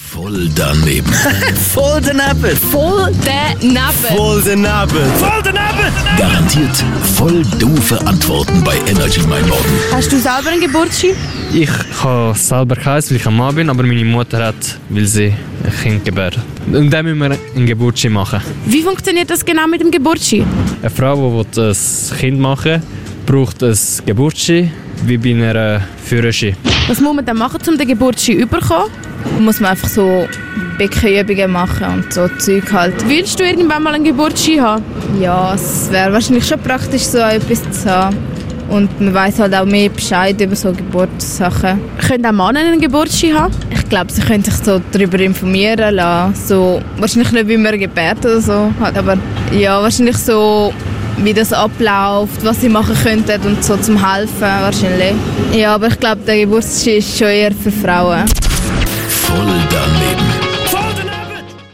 Voll daneben. Voll Nappe. Voll daneben. Voll Nappe. Garantiert voll doofe Antworten bei Energy Mein Morgen. Hast du selber einen Geburtstag? Ich habe selber keins, weil ich ein Mann bin, aber meine Mutter hat, weil sie ein Kind gebärt. Und dann müssen wir einen Geburtstag machen. Wie funktioniert das genau mit dem Geburtstag? Eine Frau, die will ein Kind machen will, braucht ein Geburtstag wie bei einer Führerschein. Was muss man dann machen, um den Geburtstag zu bekommen? muss man einfach so Beckenübungen machen und so Zeug halt. Willst du irgendwann mal einen Geburtstag haben? Ja, es wäre wahrscheinlich schon praktisch, so etwas zu haben. Und man weiß halt auch mehr Bescheid über so Geburtssachen. Können auch Männer einen Geburtstag haben? Ich glaube, sie können sich so darüber informieren lassen. So, wahrscheinlich nicht, wie man gebärt oder so. halt, Aber ja, wahrscheinlich so, wie das abläuft, was sie machen könnten und so zum Helfen wahrscheinlich. Ja, aber ich glaube, der Geburtstag ist schon eher für Frauen. Voll daneben.